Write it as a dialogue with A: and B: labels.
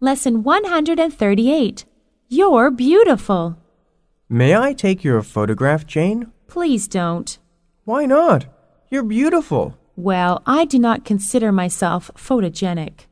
A: Lesson 138 You're beautiful.
B: May I take your photograph, Jane?
A: Please don't.
B: Why not? You're beautiful.
A: Well, I do not consider myself photogenic.